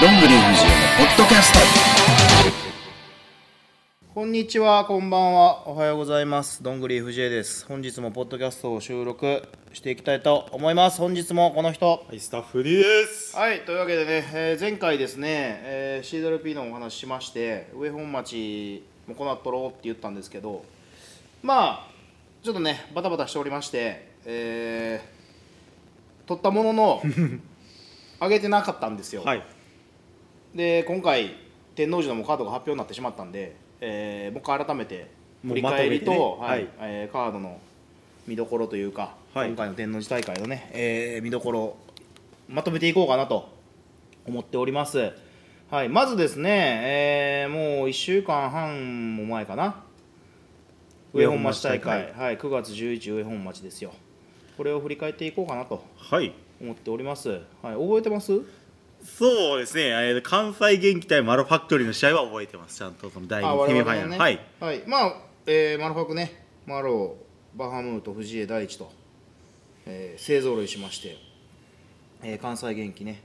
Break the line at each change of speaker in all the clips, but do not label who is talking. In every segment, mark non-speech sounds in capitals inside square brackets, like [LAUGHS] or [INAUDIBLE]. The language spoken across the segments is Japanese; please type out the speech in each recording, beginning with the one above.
どんぐり藤枝のポッドキャスト
こんにちは、こんばんは、おはようございます。どんぐり藤江です。本日もポッドキャストを収録していきたいと思います。本日もこの人。
はい、スタッフ D です。
はい、というわけでね、えー前回ですね、えー、CWP のお話ししまして、上本町もこの後撮ろうって言ったんですけど、まあ、ちょっとね、バタバタしておりまして、えー、撮ったもの
[LAUGHS]
の、上げてなかったんですよ。
はい。
で今回天王寺のもうカードが発表になってしまったんで、えーもう一回改めて振り返りと、
もうまと
はい
めてね
えーカードの見どころというか、
はい
今回の天王寺大会のね、えー見どころをまとめていこうかなと思っております、はい、まずですね、えーもう1週間半も前かな上本町大会
上本町
はい、9月11上本町ですよこれを振り返っていこうかなと
はい。
思っております、はい、覚えてます
そうですね。えー関西元気対マロファクトリーの試合は覚えてます。ちゃんとその第
あ
二セ
我
ミ
々
ファイナ
の
ル。
ね
はい。、
まあ、えーマルファクねマローバハムート藤江大地と、えー勢ぞろいしまして、えー関西元気ね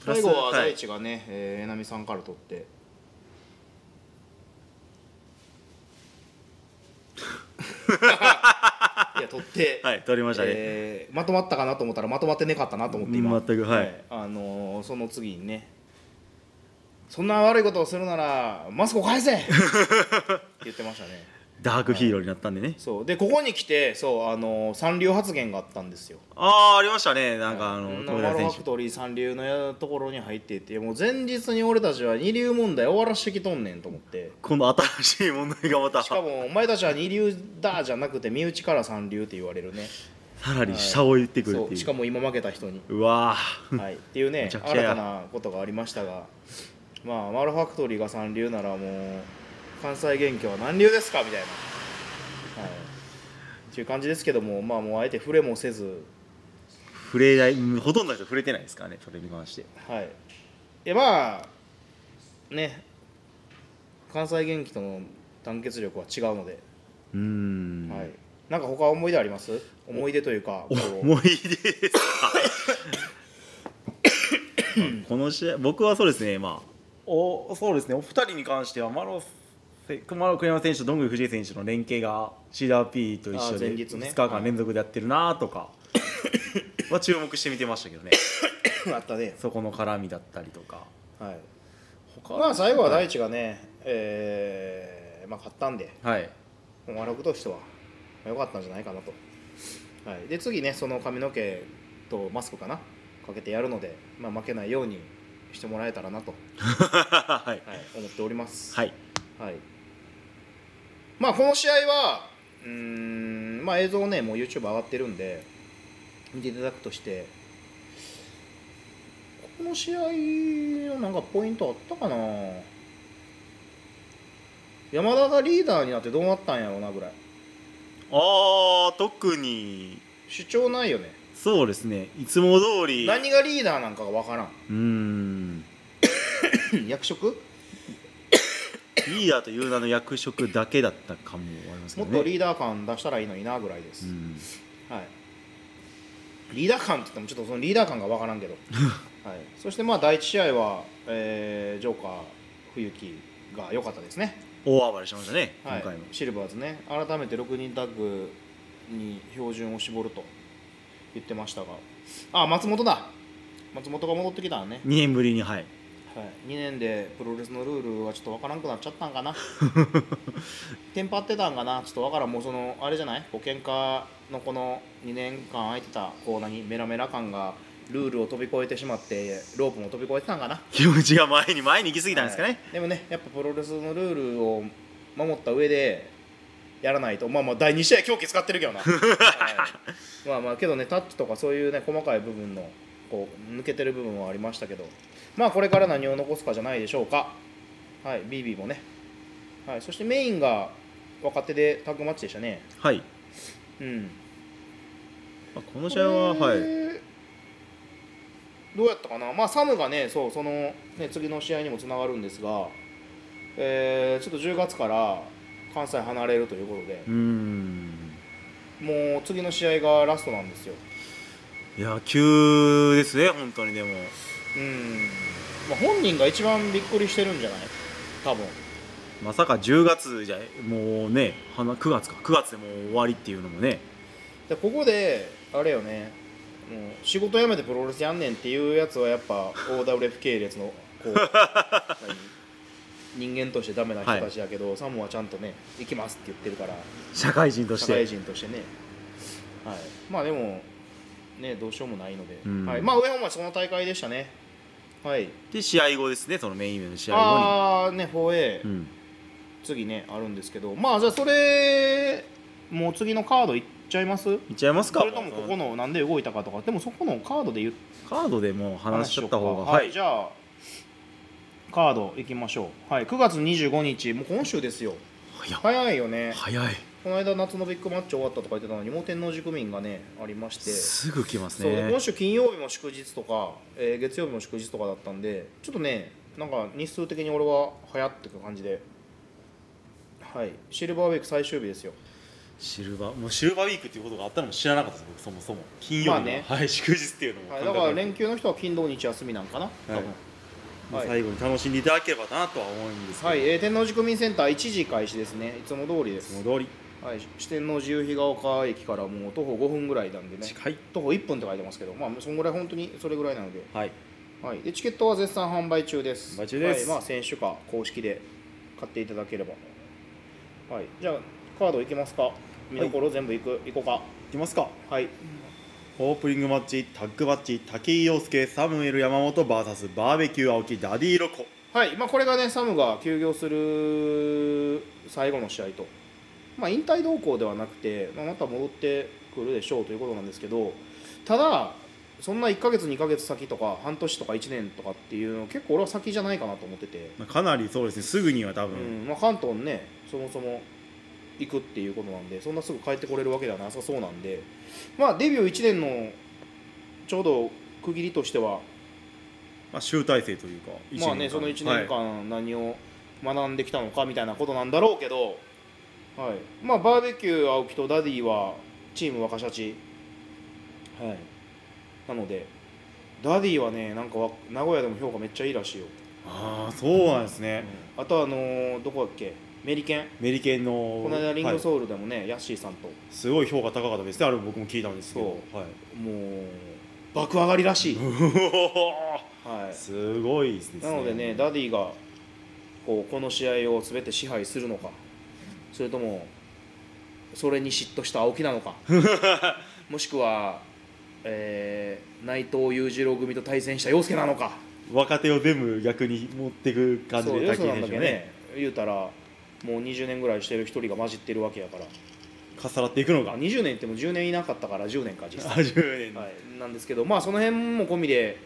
プラス
最後は
はい
大地がね、えー江波さんから取って
[LAUGHS]
いや取って、
はい取りましたね
えーまとまったかなと思ったらまとまってねかったなと思って今
全くはい
あのーその次にねそんな悪いことをするならマスクを
[LAUGHS]
返せって言ってましたね
ダークヒーローになったんでね。
そうでここに来てそうあのー三流発言があったんですよ
ああありましたね。なんかあ
こ
の
んな
富
マロ
田
フ
選
ァクトリー三流のところに入っていてもう前日に俺たちは二流問題終わらしてきとんねんと思
[LAUGHS]
って
手。今度新しい問題がまた
しか
さ
もお前たちは二流だじゃなくて身内から三流って言われるね
らに下を言ってくるっ
そ
て
う
い
しか
う。
も今負けた人に
うわー [LAUGHS]
はい、っていうね
めちゃ
新
くちゃや
たなことがありましたが、まあ、マルファクトリーが三流ならもう関西元気は何流ですかみたいな、はい、っていう感じですけども、まあ、もうあえて触れもせず、
触れないうんほとんどの人触れてないですからね。それに関して。
はい、えまあね関西元気との団結力は違うので、
うーん。
はい、なんか他思い出あります思い出というかこう
思い出ですか [COUGHS] この試合僕はそうですねまあおそうですねお二人に関してはマロせマロ栗山選手とどんぐり藤井選手の連携が CWP と一緒
あ
で
前日ね
2日間連続でやってるなとかは注目して見てましたけど [LAUGHS] ね
あったね、
そこの絡みだったりとか
はい、
他
まあ最後は大地がね、えーまあ、勝ったんで。
はい
もう悪くとしては良かったんじゃないかなと、はい、で次ねその髪の毛とマスクかなかけてやるので、まあ、負けないようにしてもらえたらなと、
はい
はい、思っております、
はい
はいまあこの試合はうーんまあ映像ねもう YouTube 上がってるんで見ていただくとしてこの試合のなんかポイントあったかな山田がリーダーになってどうなったんやろうなぐらい
あー特に
主張ないよね
そうですねいつも通り
何がリーダーなんかが分からん
[LAUGHS] うーん
役職
リーダーという名の役職だけだったかもありますけ
も
ど
っ
ね
とリーダー感出したらいいのになぐらいです、
うん
はい、リーダー感って言ってもちょっとそのリーダー感が分からんけど、
[LAUGHS]
はい、そしてまあ第1試合は、えージョーカー冬木が良かったですね、
大暴れしましたね、
はい
今回も、
シルバーズね改めて6人タッグに標準を絞ると言ってましたがあ松本だ松本が戻ってきたんね
2年ぶりにはい
はい、2年でプロレスのルールはちょっとわからんくなっちゃったんかなテンパってたんかなちょっとわからんもうそのあれじゃないこう喧嘩のこの2年間空いてたこう何メラメラ感がルールを飛び越えてしまってロープも飛び越えてたんかな
気持ちが前に [LAUGHS] 前に行き過ぎたんですかね、
はいでもねやっぱプロレスのルールを守った上でやらないとまあまあ第2試合狂気使ってるけど
[LAUGHS]
な、はいまあまあけどねタッチとかそういうね細かい部分のこう抜けてる部分はありましたけどまあこれから何を残すかじゃないでしょうかはい BB もね、はい、そしてメインが若手でタッグマッチでしたね
はい、
うん
まあこの試合ははい
いどうやったかな、まあ、サムがねそうそのね次の試合にもつながるんですが、えーちょっと10月から関西離れるということで
うーん
もう次の試合がラストなんですよ
いや急ですね本当にでも
うん、まあ、本人が一番びっくりしてるんじゃない多分
まさか10月じゃもうね花9月か9月でもう終わりっていうのもね
でここであれよねもう仕事辞めてプロレスやんねんっていうやつはやっ
[LAUGHS]
ぱ OWF 系列のこう何人間としてダメな人たちだけど、サモはちゃんとね行きますって言ってるから
社会人とし
社会
て
人としてね、はい、まあでもねどうしようもないので、
うん
はい、まあ上本はその大会でしたねはい
で試合後ですねそのメインイベントの試合後
ああね放映、
に、うん、
次ねあるんですけどまあじゃあそれもう次のカードいっちゃいます
いっちゃいますか
それともここのなんで動いたかとかでもそこのカードで言っ
カードでもう話しちゃった
話しよ
方
う
が
か
は
はいいじゃあカードいきましょうはい9月25日もう今週ですよ
早い
早いよね
早い
この間夏のビッグマッチ終わったとか言ってたのにもう天王寺区民がねありまして
すぐ来ます
そう
ね
今週金曜日も祝日とか、えー月曜日も祝日とかだったんでちょっとねなんか日数的に俺は流行ってく感じではいシルバーウィーク最終日ですよ
シルバーもうシルバーウィークっていうことがあったのも知らなかったです僕そもそも金曜日が、
まあね
はい祝日っていうのも
はい、
考え
だ
て
から
な
連休の人は金土日休みなんかな、多分
はいもう最後に楽しんでいただければなとは思うんですけど、
はい、えー天王寺区民センター1時開始ですねいつも通りです
いつも通り
はい、四天王寺夕日が丘駅からもう徒歩5分ぐらいなんでね
近い
徒歩1分って書いてますけどまあそんぐらい本当にそれぐらいなので,、
はい
はい、でチケットは絶賛販売中です
販売中です
はいまあ、選手か公式で買っていただければはいじゃあカードいきますか見どころ全部いく、いこうか
いきますか
はい
オープニングマッチタッグマッチ武井陽介サムエル山本 VS バーベキュー青木ダディロコ
はい、まあ、これがねサムが休業する最後の試合と、まあ、引退動向ではなくて、まあ、また戻ってくるでしょうということなんですけどただそんな1ヶ月2ヶ月先とか半年とか1年とかっていうの結構俺は先じゃないかなと思ってて、
まあかなりそうですねすぐには多
う
分、
んまあ、関東にねそもそも行くっていうことなんでそんなすぐ帰ってこれるわけではなさそうなんで、まあ、デビュー1年のちょうど区切りとしては
まあ、集大成というか一
まあねその1年
はい
間何を学んできたのかみたいなことなんだろうけど、はいまあ、バーベキュー青木とダディはチーム若シャチ、はい、なのでダディはねなんかわ名古屋でも評価めっちゃいいらしいよ、
ああそうなんですね、
あとあのーどこだっけメリケン
メリケンの
この間リング
はい
ソウルでもね、ヤッシーさんと
すごい評価高かったですねあれ僕も聞いたんですけどはい
もう爆上がりらしい、
うお
は
ー
い、
すごいですね
なのでね、ダディがこうこの試合を全て支配するのか、それともそれに嫉妬した青木なのか、
[LAUGHS]
もしくは、えー内藤裕次郎組と対戦した陽介なのか、
若手を全部逆に持っていく感じ
そう
で
よ
滝
そなん
選
だ
手
け
がね
ね、言うたら、もう20年ぐらいしてる一人が混じってるわけやから、
重なっていくのが
あ20年っても10年いなかったから、10年か、実際。
10年の、
はい、なんですけど、まあ、その辺も込みで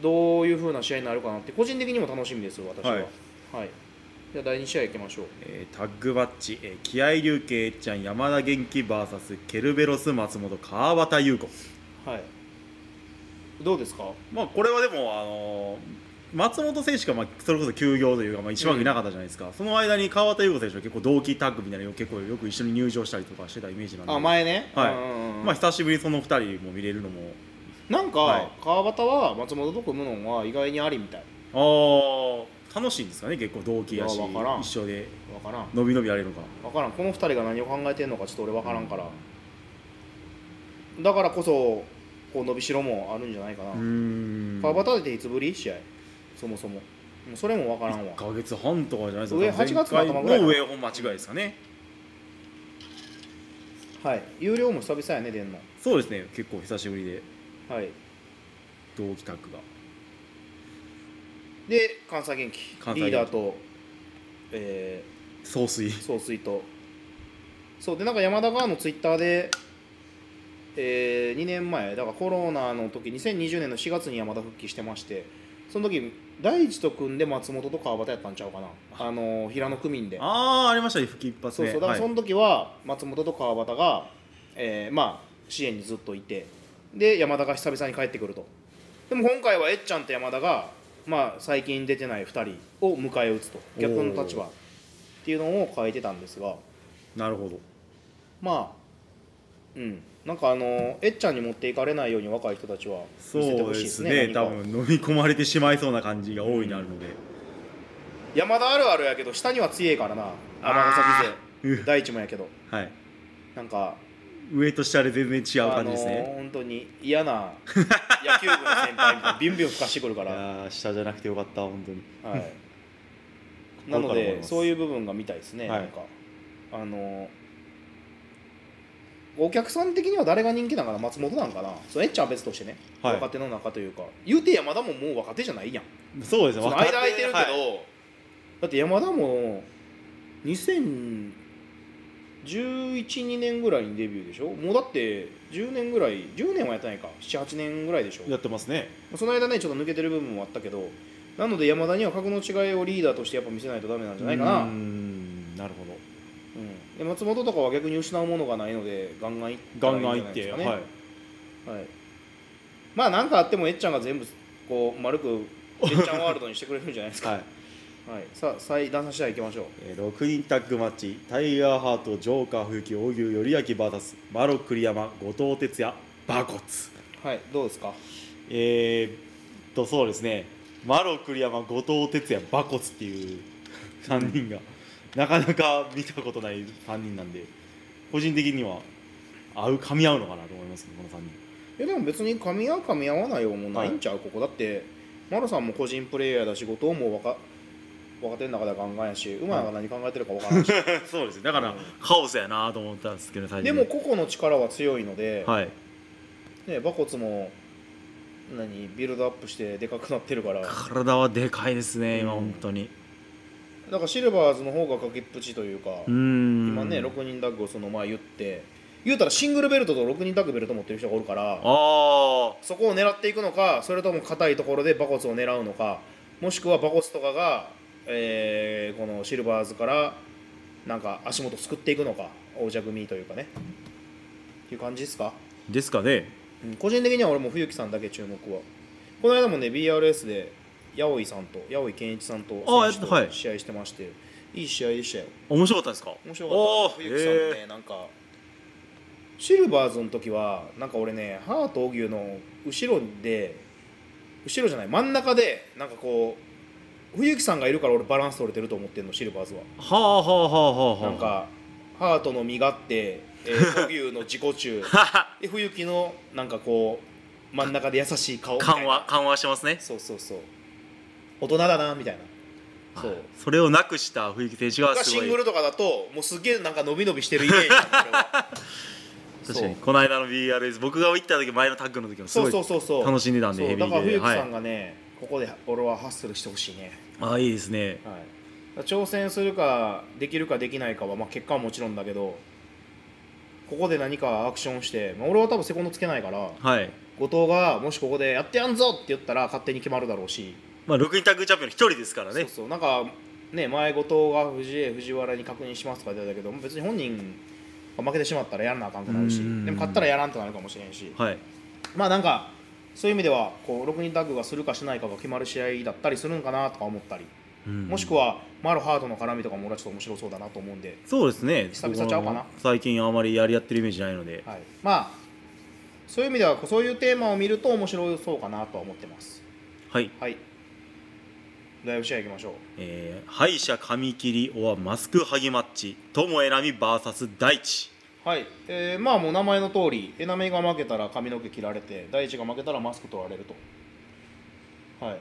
どういう風な試合になるかなって個人的にも楽しみですよ私は、
は
はいいじゃあ第2試合いきましょう
えータッグマッチ、えー気合龍慶えっちゃん山田元気 VS ケルベロス松本川端優子
はいどうですか
まあこれはでも、あのー松本選手が、まあ、それこそ休業というか、まあ、一番いなかったじゃないですか、その間に川端優子選手は結構同期タッグみたいなのを結構よく一緒に入場したりとかしてたイメージなんで
あ前ね、
はい
うんうんうん
まあ、久しぶりにその二人も見れるのも
なんか、
はい
川端は松本と組むのは意外にありみたい
ああ楽しいんですかね結構同期やし
いやわからん
一緒で
わからん
伸び伸びやれるのか
わからんこの2人が何を考えてんのかちょっと俺わからんから、だからこそこう伸びしろもあるんじゃないかな、
うーん
川端っていつぶり試合そもそももうそれもわからんわ
1ヶ月半とかじゃないですか
上8月の頭ぐら
前回
いか
の
な
上本間違いですかね
はい、有料も久々やね、出んの。
そうですね結構久しぶりで
はい、
同期タッグが
で、関西元気、
関西元気
リーダーと、え
総帥
ー、総帥と、そう、で、なんか山田がのツイッターで、え2年前、だからコロナの時2020年の4月に山田復帰してまして、その時大地と組んで松本と川端やったんちゃうかな、あの平野区民で。
ああありましたね吹き一発
そう
ね
そうだからそ
はい
の時は松本と川端が、えーまあ支援にずっといてで山田が久々に帰ってくるとでも今回はえっちゃんと山田が、まあ、最近出てない2人を迎え撃つと逆の立場っていうのを書いてたんですが
なるほど
まあうんなんかあのえっちゃんに持っていかれないように若い人たちは
そ
見せてほ
う
しい
で
ですす
ね
ね何か
多分飲み込まれてしまいそうな感じが大いにあるので、
山田あるあるやけど下には強えからな尼崎勢
うん
第一もやけど
はい
なんか
上と下で全然違う感じです
あの
ね、
ー本当に嫌な野球部の先輩
[LAUGHS]
みたいなビュンビュン吹かしてくるから、はい
やー下じゃなくてよかった本当に
い、なの
心から思い
で
ます
そういう部分が見たいですね、
はい
なんかあのーお客さん的には誰が人気なのかな松本なんかなそのエッチは別としてね、
はい
若手の中というか言うて山田ももう若手じゃないやん
そうです
そ
ね
の
若手
間空いてるけど、
はい
だって山田も2011年ぐらいにデビューでしょもうだって10年ぐらい10年はやってないか78年ぐらいでしょ
やってますね
その間ねちょっと抜けてる部分もあったけどなので山田には格の違いをリーダーとしてやっぱ見せないとダメなんじゃないかな、
うーんなるほど
うんで松本とかは逆に失うものがないのでガンガンいった
ガ
ら
ンガンい
んじゃな
っ
で
て
すか
は
ね
い
はい、まあ何かあってもえっちゃんが全部こう丸くえっちゃんワールドにしてくれるんじゃないですか、
[LAUGHS] はい
はい、さあ再段差試合いきましょう
えー6人タッグマッチタイガーハートジョーカー冬木大牛頼明 VS マロ栗山後藤哲也バコツ
はい、どうですか。
えー、っとそうですねマロ栗山後藤哲也バコツっていう3人がなかなか見たことない3人なんで個人的には合う噛み合うのかなと思いますねこの3人
いやでも別に噛み合う噛み合わないよもうないんちゃう、ここだってマロさんも個人プレイヤーだし後藤も若若手の中ではガンガンやし馬が何考えてるか分からんし、
[LAUGHS] そうですねだからカオスやなと思ったんですけど最
でも個々の力は強いので、
はい
ね、馬骨も何ビルドアップしてでかくなってるからだか
体はでかいですね
今本当
に
らシルバーズの方がかけっぷちというか、
ん
今ね6人タッグをその前言って言うたらシングルベルトと6人タッグベルト持ってる人がおるから
あ
そこを狙っていくのかそれとも硬いところで馬骨を狙うのかもしくは馬骨とかが、えーこのシルバーズからなんか足元すくっていくのか王者組というかねっていう感じですか、
あですかね
うん個人的には俺も冬木さんだけ注目はこの間もね BRS で八百井さんと八百井健一さんと
あ
選手
はい
と試合してまして、い、い試合でしたよ
面白かったですか
面白かった
おー
冬木さんもねなんかシルバーズの時はなんか俺ねハート荻生の後ろで後ろじゃない真ん中でなんかこう冬木さんがいるから俺バランス取れてると思ってんのシルバーズは
はあはあはあはあはあ
なんかハートの身勝手えー荻生、の自己中
はは
で冬木のなんかこう真ん中で優しい顔みたいな
[LAUGHS]
[LAUGHS]
緩和緩和してますね
そうそうそう大人だなみたいなそう
それをなくした冬木選手が
が
す
シ
ご
ン
い
グルとかだともうすげえなんか伸び伸びしてるイメージなんだ俺は
確かに
そう
この間の BRS 僕が行った時前のタッグの時 [LAUGHS] もす
そ
ご
う
い
そうそうそう
楽しんでたんで
そう
ヘビ
だから
ー
冬
で
木さ
は
ん
い
がね、ここで俺はハッスルしてほしいね、
あいいですね
はい、だから挑戦するかできるかできないかは、まあ、結果はもちろんだけどここで何かアクションして、まあ、俺は多分セコンドつけないから
はい
後藤がもしここでやってやんぞって言ったら勝手に決まるだろうし、
まあ6人タッグチャンピオンの一人ですから
そう
ね
そうなんかね前後藤が藤江藤原に確認しますとか出たけど別に本人が負けてしまったらやらなあかんくなるし
うんうんうん
でも勝ったらやらんとなるかもしれんし、
はい
まあなんかそういう意味ではこう6人タッグがするかしないかが決まる試合だったりするのかなとか思ったり、もしく
は
はマロハートの絡みとかも俺はちょっと面白そうだなと思うんで、
そうですね
久々ちゃうかな
僕も最近あまりやり合ってるイメージないので
はい、まあそういう意味ではこうそういうテーマを見ると面白そうかなとは思ってます
はい
はいライブ試合いきましょう
えー敗者紙切り or マスク剥ぎマッチ友えなみ VS 大地
はい、えーまあもう名前の通りエナメが負けたら髪の毛切られて第一が負けたらマスク取られるとはい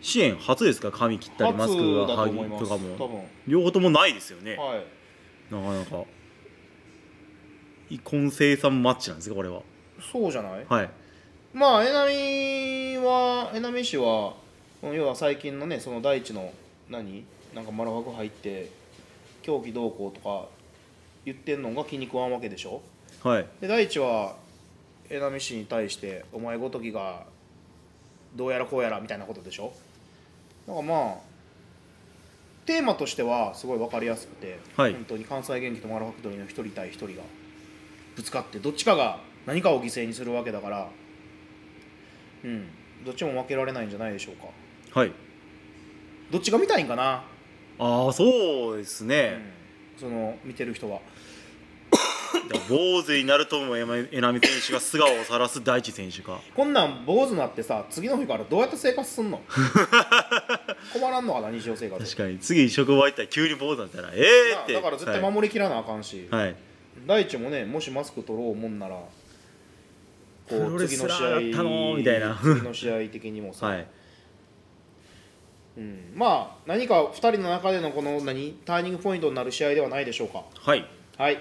支援初ですか髪切ったりマスク
初だ
が
と
剥
思い
ぎ
ま
と
す
か
多
も
分
両方ともないですよね
はい
なかなか混成さんマッチなんですかこれは
そうじゃない
はい
まあ江波は江波氏はうん要は最近のねその第一の何なんかマラワク入って狂気動向とか言ってんのが気に食わんわけでしょ
はい
で第一は江波氏に対して「お前ごときがどうやらこうやら」みたいなことでしょだからまあテーマとしてはすごい分かりやすくて、
はい
本当に関西元気とマラファクトリーの一人対一人がぶつかってどっちかが何かを犠牲にするわけだからうんどっちも負けられないんじゃないでしょうか
はい
どっちが見たいんかな、
ああそうです
う
ね
ん、その見てる人は
坊主になるともえなみ選手が素顔を晒す大地選手か
こんなん坊主になってさ次の日からどうやって生活すん
[LAUGHS]
の困らんのかな日常生活
確かに次職場行ったら急に坊主になったらええー、って
だから絶対守りきらなあかんし、
はい、はい、
大地もねもしマスク取ろうもんならこ
プロレスラーだったのーみたいな
次の試合的にもさ、
はい、
うん、まあ何か2人の中でのこの何ターニングポイントになる試合ではないでしょうか
はい、
はい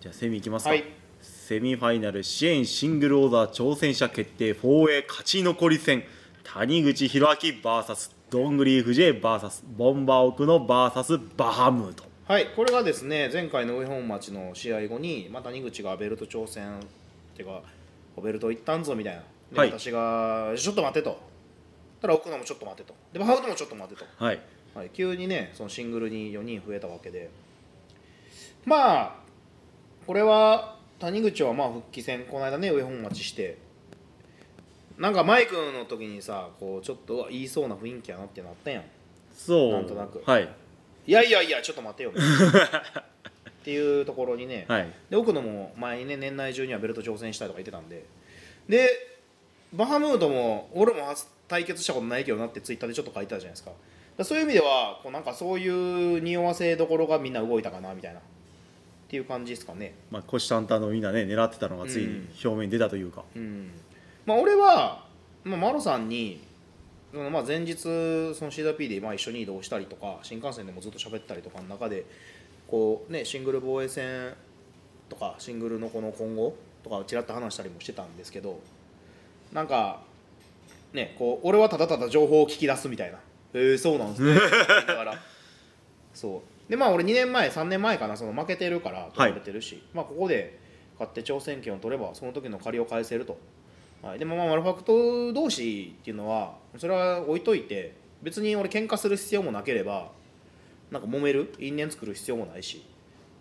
じゃあセミいきますか、
はい
セミファイナル支援シングルオーダー挑戦者決定 4A 勝ち残り戦谷口弘明 VS どんぐり FJVS ボンバー奥の VS バハムート
はい、これがですね前回の上本町の試合後に、まあ、谷口がベルト挑戦っていうかベルト行ったんぞみたいなで、
はい
私が「ちょっと待て」とたら奥野もちょっと待てとでハウトもちょっと待てと、
はい
はい、急にねそのシングルに4人増えたわけでまあこれは谷口はまあ復帰戦この間ね上本町してなんかマイクの時にさこうちょっとうわ言いそうな雰囲気やなってなったやん
そう
なんとなく
はい
いやいやいやちょっと待てよっていうところにね、
はい
で奥野も前にね年内中にはベルト挑戦したいとか言ってたんででバハムードも俺も初対決したことないけどなってツイッターでちょっと書いてたじゃないですかだからそういう意味ではこうなんかそういう匂わせどころがみんな動いたかなみたいなっていう感じですかね
まあ、虎視眈々のみんなね狙ってたのがついに表面に出たというか、
うんまあ俺は、まあ、マロさんにそのまあ前日その CWP でまあ一緒に移動したりとか新幹線でもずっと喋ったりとかの中でこうねシングル防衛戦とかシングルのこの今後とかちらっと話したりもしてたんですけどなんかねこう俺はただただ情報を聞き出すみたいな「えー、そうなんですね」って言いながらそうでまあ俺2年前3年前かなその負けてるから取られてるし、まあここで勝って挑戦権を取ればその時の借りを返せると、はい、でもまあマルファクト同士っていうのはそれは置いといて別に俺喧嘩する必要もなければなんか揉める因縁作る必要もないし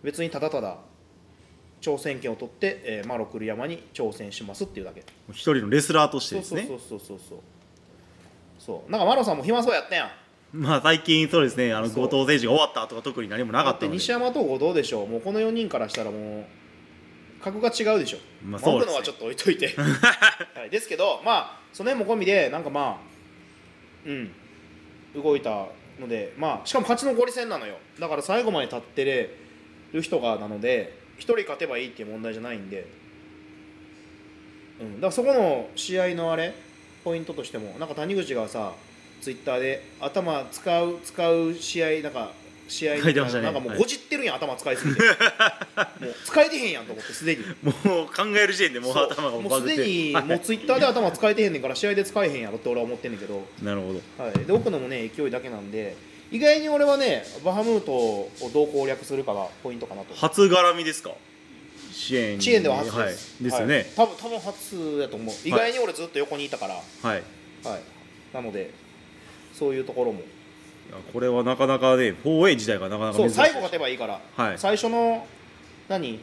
別にただただ挑戦権を取って、えーマロクル山に挑戦しますっていうだけ
一人のレスラーとして
そう
です
そう
ね
そうそうそうそうそうなんかマロさんも暇そうやったやん
まあ最近そうですねあの
そう
後藤選手が終わった後が特に何もなか
だ
ったの
て
で
西山と後藤でしょもうこの4人からしたらもう格が違うでしょ、
まあそう
僕
ですね
のはちょっと置いとい
[LAUGHS]
て、はい、ですけどまあその辺も込みでなんかまあうん動いたのでまあしかも勝ち残り戦なのよだから最後まで立ってれる人がなので1人勝てばいいっていう問題じゃないんで、うん、だからそこの試合のあれポイントとしてもなんか谷口がさツイッターで頭使う使う試合なんか試合
書いてましたね
なんかも
は
う
い
ごじってるやん、頭使いすぎ
[LAUGHS]
てもう使えてへんやんと思ってすでに
もう考える時点でもう
そう
頭が
も
バ
うす
グっ
でに
て
もう
は
ツイッターで頭使えてへんねんから試合で使えへんやろって俺は思ってんねんけど、
いなるほど
はい、で奥野もね勢いだけなんで意外に俺はねバハムートをどう攻略するかがポイントかなと
初絡みですか支援
支援では初です、
はい、ですよね
はい多分多分初やと思う意外に俺ずっと横にいたから、は
はい、
いなのでそういうところも
いやこれはなかなかね 4A 自体がなかなか
そう
珍しい
最後勝てばいいから、
はい
最初の何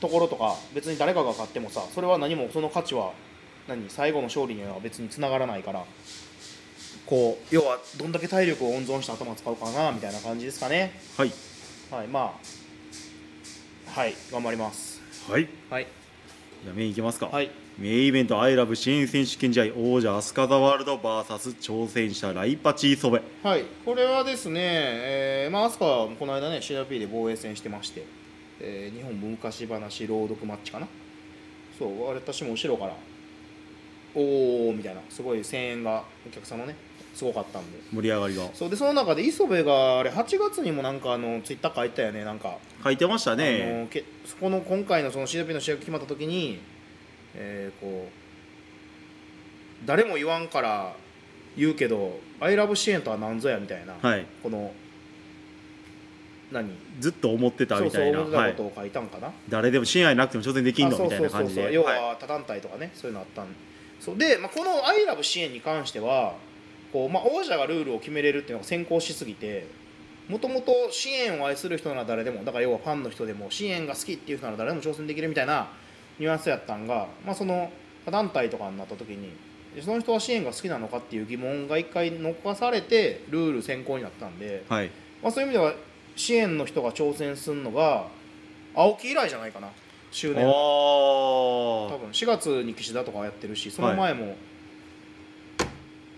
ところとか別に誰かが勝ってもさそれは何もその価値は何最後の勝利には別につながらないからこう要はどんだけ体力を温存して頭使うかなみたいな感じですかね
はい
はいまあはい頑張ります
はい
はい
じゃあメインいきますか
はい
メインイベント「アイラブ支援選手権試合王者飛鳥ザワールド VS 挑戦者ライパチーソベ
はい、これはですね、えーまあ、アスカはこの間ね、CRP で防衛戦してまして、えー日本昔話朗読マッチかな、そう、私も後ろから、おーみたいな、すごい声援が、お客さんのね、すごかったんで、
盛り上がりが
そうでその中で磯部が、あれ、8月にもなんかあの、ツイッター書いてたよね、なんか、
書いてました
あ
ね
のけそこの今回のその CWP の試合が決まった時に、えーこう誰も言わんから言うけど「アイラブ支援とは何ぞや」みたいな、
はい
この何
ずっと思ってた
そう
み
そ
た
う
いな
思ってた
は
こ
い
とを書いたんかな、
誰でも支援なくても挑戦できん
あ
の
そ
み
う
たい
そう
な
そう
感じ
そう
で
要
はい
は他団体とかねそういうのあったんそうで、まあ、この「アイラブ支援」に関してはこう、まあ、王者がルールを決めれるっていうのが先行しすぎてもともと支援を愛する人なら誰でもだから要はファンの人でも支援が好きっていう人なら誰でも挑戦できるみたいなニュアンスやったんが、まあ、その他団体とかになった時にその人は支援が好きなのかっていう疑問が一回残されてルール先行になったんで、
はい
まあ、そういう意味では支援の人が挑戦するのが青木以来じゃないかな周
あ
年は多
ー
分4月に岸田とかやってるしその前も、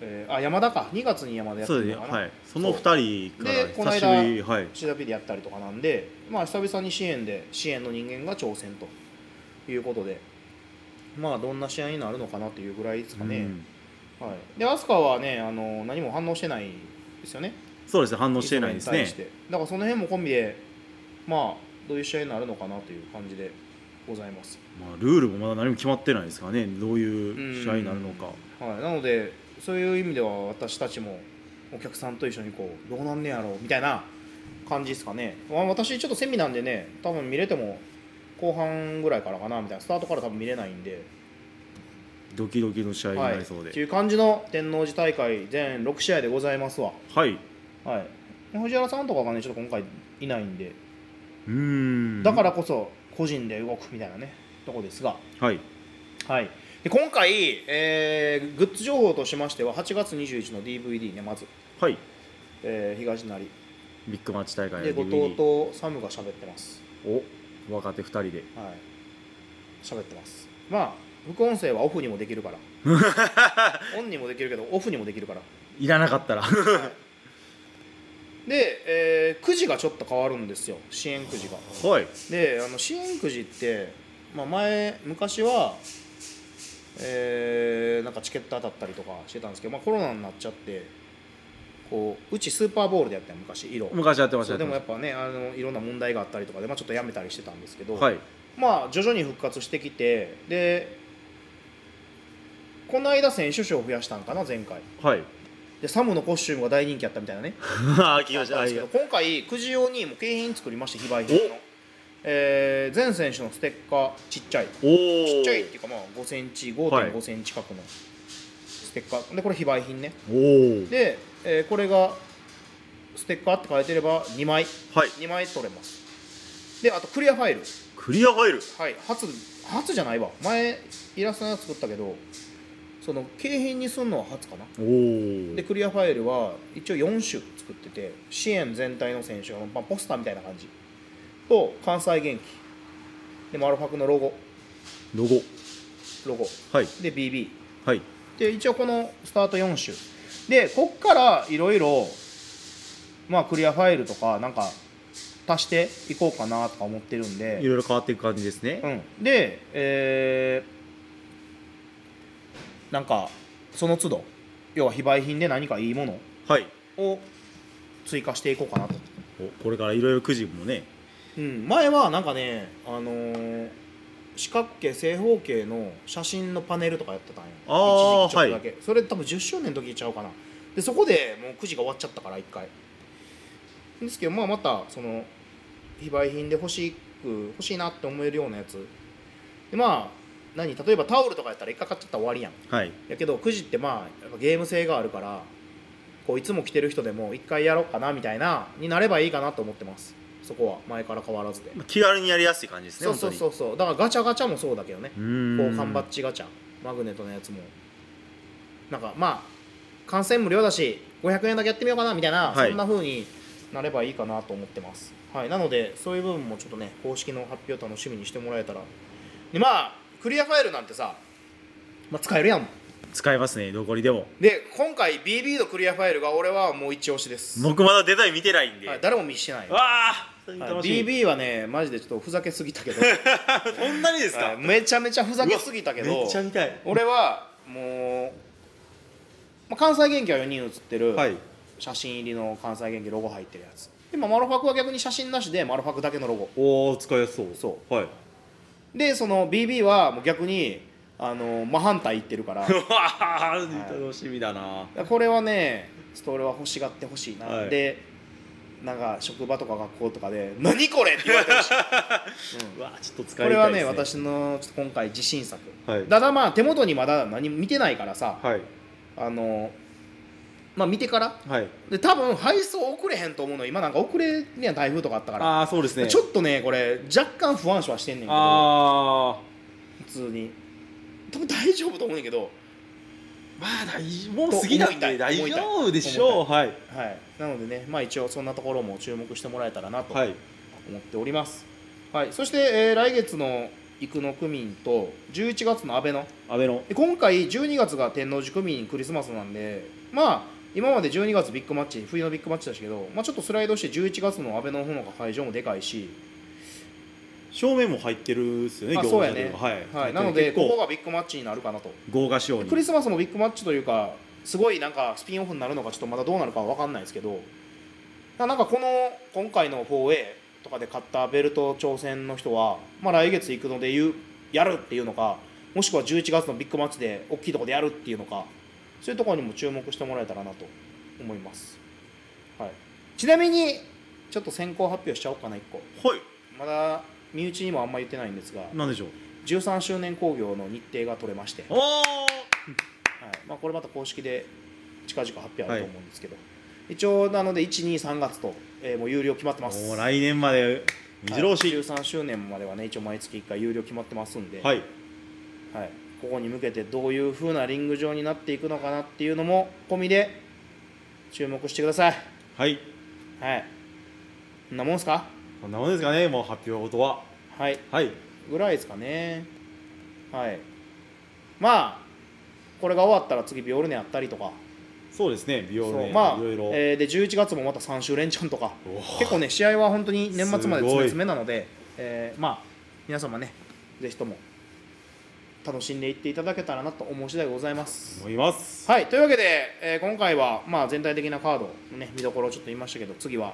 えーあ山田か2月に山田やって
そう
る
です
の
ね
かな、
はいその2人
でこ
か
の
ら
間
久しぶりはい
岸田 P でやったりとかなんで、まあ、久々に支援で支援の人間が挑戦ということで、まあ、どんな試合になるのかなというぐらいですか
う
ね、
ん
はい、で飛鳥はねあの何も反応してないですよね
そうですね反応してないです
磯部に対
ね
してだからその辺もコンビでまあどういう試合になるのかなという感じでございます、
まあルールもまだ何も決まってないですからねどういう試合になるのか
はい、なのでそういう意味では私たちもお客さんと一緒にこうどうなんねやろうみたいな感じですかね、まあ、私ちょっとセミなんでね多分見れても後半ぐらいからかなみたいなスタートから多分見れないんで
ドキドキの試合に
は、
ないりそう
って
で
いう感じの天王寺大会全6試合でございますわ
はい
はい藤原さんとかがねちょっと今回いないんで
うーん
だからこそ個人で動くみたいなねとこですが
はい
はい、で今回、えーグッズ情報としましては8月21の DVD ねまず、
はい
えー東成
ビッグマッチ大会
で
の
後
DVD
藤とサムが喋ってます
お若手2人で
はい喋ってますまあ副音声はオフにもできる
[LAUGHS]
からオンにもできるけどオフにもできるから
いらなかったら [LAUGHS]
で、えーくじがちょっと変わるんですよ支援くじが
はい
であの支援くじって、まあ、前昔はえーなんかチケット当たったりとかしてたんですけど、まあ、コロナになっちゃってこううちスーパーボールでやったよ昔色
昔やってまし
そ
た
うでもや
や
ってぱねあのいろんな問題があったりとかで、まあ、ちょっとやめたりしてたんですけど、
ましたはい
まあ徐々に復活してきてでこの間選手賞を増やしたんかな前回
はい
でサムのコスチュームが大人気やったみたいなね
[LAUGHS] あー聞きました
なん
あ
です
り
け
が
ど
と
今回くじ用にもう景品作りまして非売品の
お、
えー全選手のステッカーちっちゃいう
おお
ちっちゃいっていうかまあ5センチ
はい
5.5センチ角のステッカーでこれ非売品ね
おお
で、えーこれがステッカーって書いてれば2枚
はい
2枚取れますであとクリアファイル
クリアファイル
はい初初じゃないわ前イラストのやつ作ったけどその景品にすんのは初かな
おお
でクリアファイルは一応4種作ってて支援全体の選手の、まあ、ポスターみたいな感じと関西元気でマルファクのロゴ
ロゴ
ロゴ
はい
で BB
はい
で一応このスタート4種でこっからいろいろまあクリアファイルとかなんか足していこうかなとか思ってるん
い
で、
ろいろ変わっていく感じですね、
うん、でえーなんかその都度要は非売品で何かいいもの
はい
を追加していこうかなと、
おこれからいろいろくじもね
うん、前はなんかね、あのー四角形正方形の写真のパネルとかやってたんよ
あー
一時期ちょっとだけ、それ多分10周年の時ちゃうかなでそこでもう9時が終わっちゃったから1回ですけど、まあ、またその非売品で欲しく欲しいなって思えるようなやつでまあ何例えばタオルとかやったら1回買っちゃったら終わりやん
はい
やけどくじってまあやっぱゲーム性があるからこういつも来てる人でも一回やろうかなみたいなになればいいかなと思ってますそこは前から変わらずで、
まあ気軽にやりやすい感じですね
そうそうそうそうだからガチャガチャもそうだけどね
本当にう
こ
ーん
う缶バッジガチャマグネットのやつもなんかまあ観戦無料だし500円だけやってみようかなみたいな、
はい
そんな風になればいいかなと思ってますはいなのでそういう部分もちょっとね公式の発表楽しみにしてもらえたらでまあクリアファイルなんてさ、まあ、使えるやん
使えますねどこにでも
で今回 BB のクリアファイルが俺はもう一押しです、
僕まだデザイン見てないんで、
はい、誰も見してない
わあ楽しみ、
BB はねマジでちょっとふざけすぎたけど、
そんなにですか、
はいめちゃめちゃふざけすぎたけ
うわ
ど
めっちゃ見たい
俺はもう、まあ、関西元気は4人写ってる、
はい
写真入りの関西元気ロゴ入ってるやつ今マルファクは逆に写真なしでマルファクだけのロゴ
おお使いやすそう
そう
はい
でその BB はもう逆にあの真反対いってるからだか
う [LAUGHS] わあ楽しみだな、
らこれはねちょっと俺は欲しがってほしいな、
はい
でなんか職場とか学校とかで「何これ!」って言われてほしい
うわあちょっと使
こ
い
れ
た
はい
で
ね
すね
私のちょっと今回自信作、
はい
ただまあ手元にまだ何も見てないからさ、
はい
あのまあ見てから
はい
で多分配送遅れへんと思うの今なんか遅れるやん台風とかあったから、
ああそうですね
ちょっとねこれ若干不安視はしてんねんけど
あ
普通に多分大丈夫と思うねんけど
あまあ大丈夫もう過ぎなんで
と思いたい
大丈夫でしょ
思
うはい
はいなのでねまあ一応そんなところも注目してもらえたらなと
はい
思っております、はい、そして、えー来月の生野区民と11月の安倍の
安倍の
で今回12月が天王寺区民クリスマスなんでまあ今まで12月ビッグマッチ冬のビッグマッチでしたけど、まあ、ちょっとスライドして11月の安倍の方のが会場もでかいし、
正面も入ってるっすよね
まあ、
餃
そ
子
うやね
とかはい、
はい、なので
結
ここ
構
がビッグマッチになるかなと
豪華仕様に
クリスマスもビッグマッチというかすごいなんかスピンオフになるのかちょっとまだどうなるかは分かんないですけどただなんかこの今回の 4A とかで買ったベルト挑戦の人は、まあ、来月行くので言うやるっていうのかもしくは11月のビッグマッチで大きいとこでやるっていうのかそういうところにも注目してもらえたらなと思います、はい、ちなみにちょっと先行発表しちゃおうかな1個
はい
まだ身内にもあんま言ってないんですが
なんでしょう
13周年興行の日程が取れまして
お
はいまあ、これまた公式で近々発表あると思うんですけど、一応なので123月と、えーもう有料決まってま
お
す
もう来年まで目白
はい
押し
13周年まではね一応毎月1回有料決まってますんで、
はい
はいここに向けてどういう風なリング上になっていくのかなっていうのも込みで注目してください
はい
はいこんなもんすか
こんなもんですかねもう発表とは
はい
はい
ぐらいですかねはいまあこれが終わったら次ビオルネやったりとか
そうですね美容
そう
ね、
まあ
いろいろ、
えーで11月もまた3週連チャンとか
おー
結構ね試合は本当に年末まで詰
すご
め
い
詰めなので、えーまあ皆様ねぜひとも楽しんでいっていただけたらなと思う次第でございます。
思います
はいというわけで、えー今回は、まあ、全体的なカードの、ね、見どころをちょっと言いましたけど次は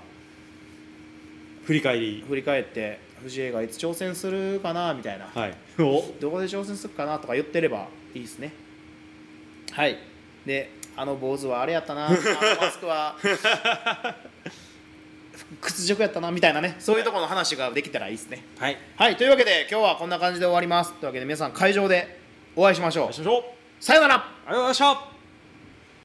振り返り
振り返って藤江がいつ挑戦するかなみたいな、
はいお
どこで挑戦するかなとか言ってればいいですねはいであの坊主はあれやった
[LAUGHS]
なあのマスクは屈辱やったなみたいなねそういうところの話ができたらいいですね
はい
はいというわけで今日はこんな感じで終わりますというわけで皆さん会場でお会いしましょ
お会
う
いしましょう
さよなら
ありがとうございました